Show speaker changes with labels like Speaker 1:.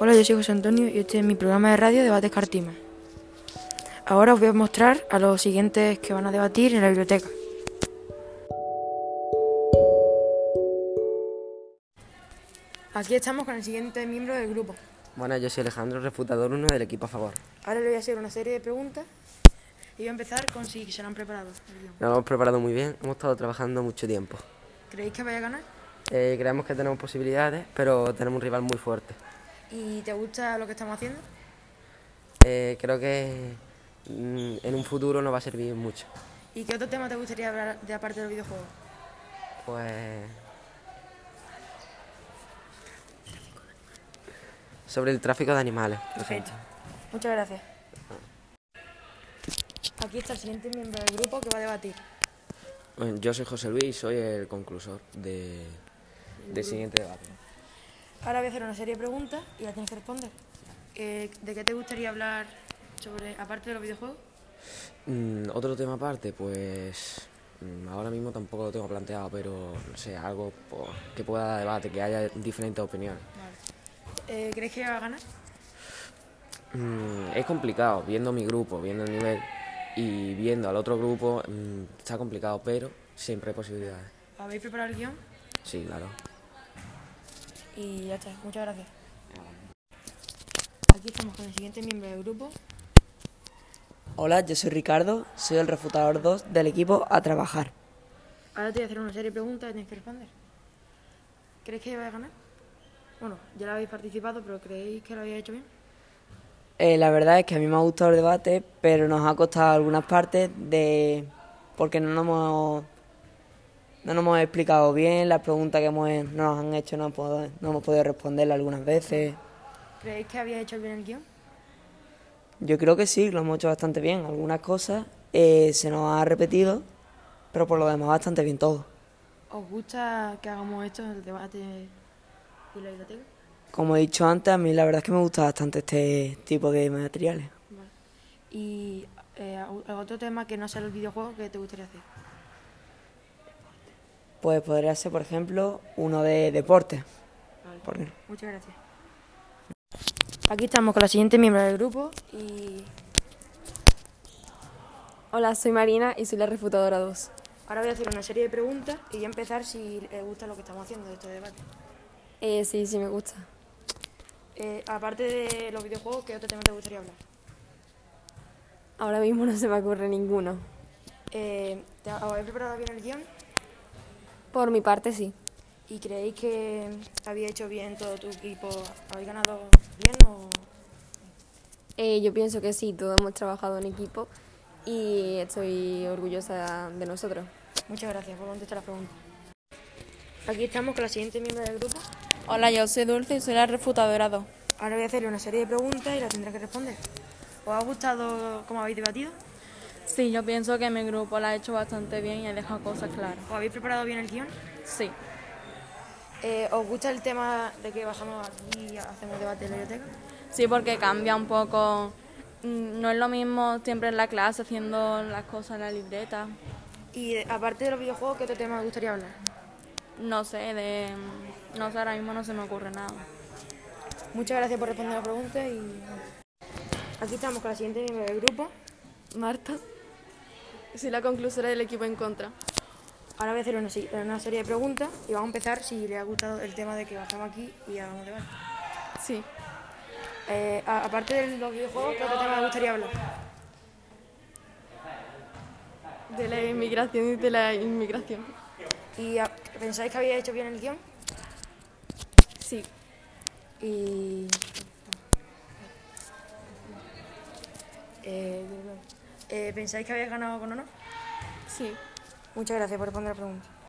Speaker 1: Hola, yo soy José Antonio y este es mi programa de radio Debates Cartima. Ahora os voy a mostrar a los siguientes que van a debatir en la biblioteca. Aquí estamos con el siguiente miembro del grupo.
Speaker 2: Bueno, yo soy Alejandro, refutador 1 del equipo a favor.
Speaker 1: Ahora le voy a hacer una serie de preguntas y voy a empezar con si se lo han preparado.
Speaker 2: Nos hemos preparado muy bien, hemos estado trabajando mucho tiempo.
Speaker 1: ¿Creéis que vaya a ganar?
Speaker 2: Eh, creemos que tenemos posibilidades, pero tenemos un rival muy fuerte.
Speaker 1: ¿Y te gusta lo que estamos haciendo?
Speaker 2: Eh, creo que mm, en un futuro nos va a servir mucho.
Speaker 1: ¿Y qué otro tema te gustaría hablar de aparte de los videojuegos?
Speaker 2: Pues... Sobre el tráfico de animales. por ejemplo.
Speaker 1: Muchas gracias. Aquí está el siguiente miembro del grupo que va a debatir.
Speaker 3: Bueno, Yo soy José Luis y soy el conclusor de, del siguiente debate.
Speaker 1: Ahora voy a hacer una serie de preguntas y las tienes que responder. Eh, ¿De qué te gustaría hablar sobre, aparte de los videojuegos?
Speaker 3: Mm, Otro tema aparte, pues mm, ahora mismo tampoco lo tengo planteado, pero no sé, algo po- que pueda dar debate, que haya diferentes opiniones.
Speaker 1: Eh, ¿Crees que va a ganar?
Speaker 3: Mm, Es complicado, viendo mi grupo, viendo el nivel y viendo al otro grupo, mm, está complicado, pero siempre hay posibilidades.
Speaker 1: ¿Habéis preparado el guión?
Speaker 3: Sí, claro.
Speaker 1: Y ya está, muchas gracias. Aquí estamos con el siguiente miembro del grupo.
Speaker 4: Hola, yo soy Ricardo, soy el refutador 2 del equipo A Trabajar.
Speaker 1: Ahora te voy a hacer una serie de preguntas y tienes que responder. ¿Crees que va a ganar? Bueno, ya la habéis participado, pero ¿creéis que lo habéis hecho bien?
Speaker 4: Eh, la verdad es que a mí me ha gustado el debate, pero nos ha costado algunas partes de porque no nos hemos, no nos hemos explicado bien, las preguntas que hemos, no nos han hecho no, hemos pod- no hemos podido responderlas algunas veces.
Speaker 1: ¿Creéis que habíais hecho bien el guión?
Speaker 4: Yo creo que sí, lo hemos hecho bastante bien. Algunas cosas eh, se nos ha repetido, pero por lo demás bastante bien todo.
Speaker 1: ¿Os gusta que hagamos esto en el debate y la biblioteca?
Speaker 4: Como he dicho antes, a mí la verdad es que me gusta bastante este tipo de materiales.
Speaker 1: Vale. ¿Y eh, au- otro tema que no sea el videojuego que te gustaría hacer?
Speaker 4: Pues podría ser, por ejemplo, uno de deporte. ¿Por qué no?
Speaker 1: Muchas gracias. Aquí estamos con la siguiente miembro del grupo y
Speaker 5: Hola, soy Marina y soy la refutadora 2.
Speaker 1: ahora voy a hacer una serie de preguntas y voy a empezar si les gusta lo que estamos haciendo de este debate.
Speaker 5: Eh, sí, sí, me gusta.
Speaker 1: Eh, aparte de los videojuegos, ¿qué otro tema te gustaría hablar?
Speaker 5: Ahora mismo no se me ocurre ninguno.
Speaker 1: Eh, ¿te- ¿Os habéis preparado bien el guión?
Speaker 5: Por mi parte, sí.
Speaker 1: ¿Y creéis que había hecho bien todo tu equipo? ¿Habéis ganado bien o...?
Speaker 5: Eh, yo pienso que sí, todos hemos trabajado en equipo y estoy orgullosa de nosotros.
Speaker 1: Muchas gracias por contestar las preguntas. Aquí estamos con la siguiente miembro del grupo.
Speaker 6: Hola, yo soy Dulce y soy la refutadora 2.
Speaker 1: Ahora voy a hacerle una serie de preguntas y las tendrá que responder. ¿Os ha gustado cómo habéis debatido?
Speaker 6: Sí, yo pienso que mi grupo la ha hecho bastante bien y ha dejado cosas claras.
Speaker 1: ¿Os habéis preparado bien el guión?
Speaker 6: Sí.
Speaker 1: Eh, ¿Os gusta el tema de que bajamos aquí y hacemos debate en la biblioteca?
Speaker 6: Sí, porque cambia un poco. Mm, No es lo mismo siempre en la clase haciendo las cosas en la libreta.
Speaker 1: Y eh, aparte de los videojuegos, ¿qué otro tema os gustaría hablar?
Speaker 6: No sé, de. mm, No sé, ahora mismo no se me ocurre nada.
Speaker 1: Muchas gracias por responder las preguntas y... Aquí estamos con la siguiente miembro del grupo.
Speaker 7: Marta, soy la conclusora del equipo en contra.
Speaker 1: Ahora voy a hacer una, si- una serie de preguntas y vamos a empezar si le ha gustado el tema de que bajamos aquí y hagamos debate.
Speaker 7: Sí,
Speaker 1: Eh, a- aparte de los videojuegos, ¿qué otro tema os gustaría hablar?
Speaker 7: de la inmigración y de la inmigración.
Speaker 1: ¿Y ah, pensáis que había hecho bien el guión?
Speaker 7: Sí,
Speaker 1: Y. Eh, eh, ¿Pensáis que habéis ganado con honor?
Speaker 7: sí.
Speaker 1: Muchas gracias por responder la pregunta.